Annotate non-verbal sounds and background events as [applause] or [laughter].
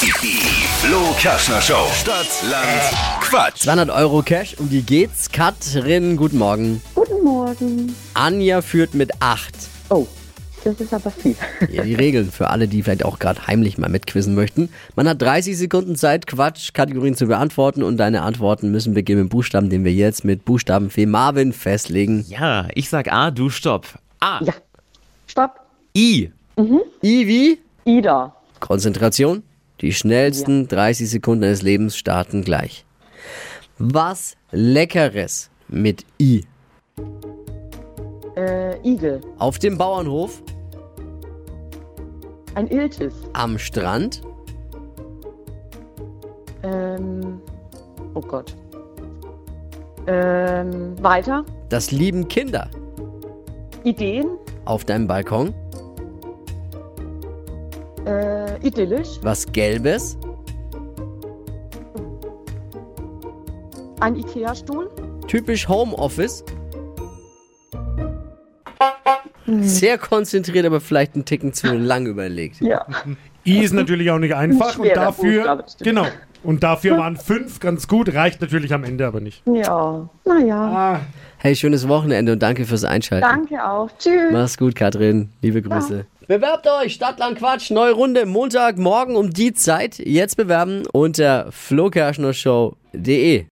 Die Flo Kaschner Show. Stadt, Land, Quatsch. 200 Euro Cash, um die geht's. Katrin, guten Morgen. Guten Morgen. Anja führt mit 8. Oh, das ist aber viel. [laughs] Ja, die Regeln für alle, die vielleicht auch gerade heimlich mal mitquizzen möchten. Man hat 30 Sekunden Zeit, Quatschkategorien zu beantworten und deine Antworten müssen beginnen mit Buchstaben, den wir jetzt mit Buchstabenfee Marvin festlegen. Ja, ich sag A, du stopp. A, Ja. Stopp. I. I wie? Ida. Konzentration. Die schnellsten 30 Sekunden des Lebens starten gleich. Was Leckeres mit I. Äh, Igel. Auf dem Bauernhof, Ein Iltis. am Strand, Ähm. Oh Gott. Ähm, weiter. das lieben Kinder. Ideen. Auf deinem Balkon, Äh, idyllisch. was Gelbes, Ein Ikea-Stuhl. typisch Homeoffice. Sehr konzentriert, aber vielleicht einen Ticken zu lang überlegt. Ja. I ist natürlich auch nicht einfach und schwerer dafür Buchstabe, stimmt. genau und dafür waren fünf ganz gut, reicht natürlich am Ende aber nicht. Ja. Naja. Hey, schönes Wochenende und danke fürs Einschalten. Danke auch. Tschüss. Mach's gut, Katrin. Liebe Grüße. Bewerbt euch, Stadtland Quatsch, neue Runde, Montagmorgen um die Zeit. Jetzt bewerben unter flokerschnershow.de.